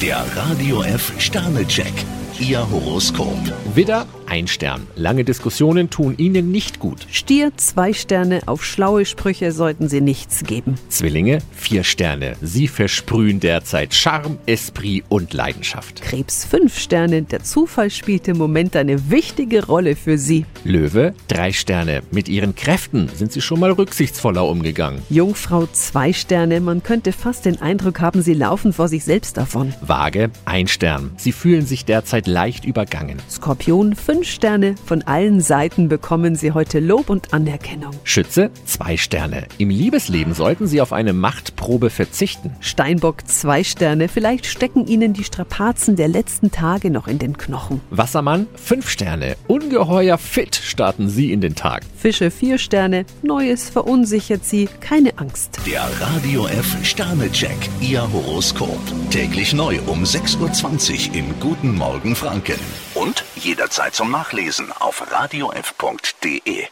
Der Radio F Sternecheck. Ihr Horoskop. Widder, ein Stern. Lange Diskussionen tun Ihnen nicht gut. Stier, zwei Sterne, auf schlaue Sprüche sollten Sie nichts geben. Zwillinge, vier Sterne. Sie versprühen derzeit Charme, Esprit und Leidenschaft. Krebs, fünf Sterne, der Zufall spielt im Moment eine wichtige Rolle für Sie. Löwe, drei Sterne. Mit Ihren Kräften sind Sie schon mal rücksichtsvoller umgegangen. Jungfrau, zwei Sterne, man könnte fast den Eindruck haben, Sie laufen vor sich selbst davon. Waage, ein Stern. Sie fühlen sich derzeit leicht übergangen. Skorpion, fünf Sterne, von allen Seiten bekommen Sie heute Lob und Anerkennung. Schütze, zwei Sterne. Im Liebesleben sollten Sie auf eine Machtprobe verzichten. Steinbock, zwei Sterne, vielleicht stecken Ihnen die Strapazen der letzten Tage noch in den Knochen. Wassermann, fünf Sterne. Ungeheuer fit starten Sie in den Tag. Fische, vier Sterne, Neues verunsichert Sie, keine Angst. Der Radio F Sternecheck. Ihr Horoskop. Täglich neu um 6.20 Uhr im Guten Morgen Franken. Und jederzeit zum Nachlesen auf radiof.de.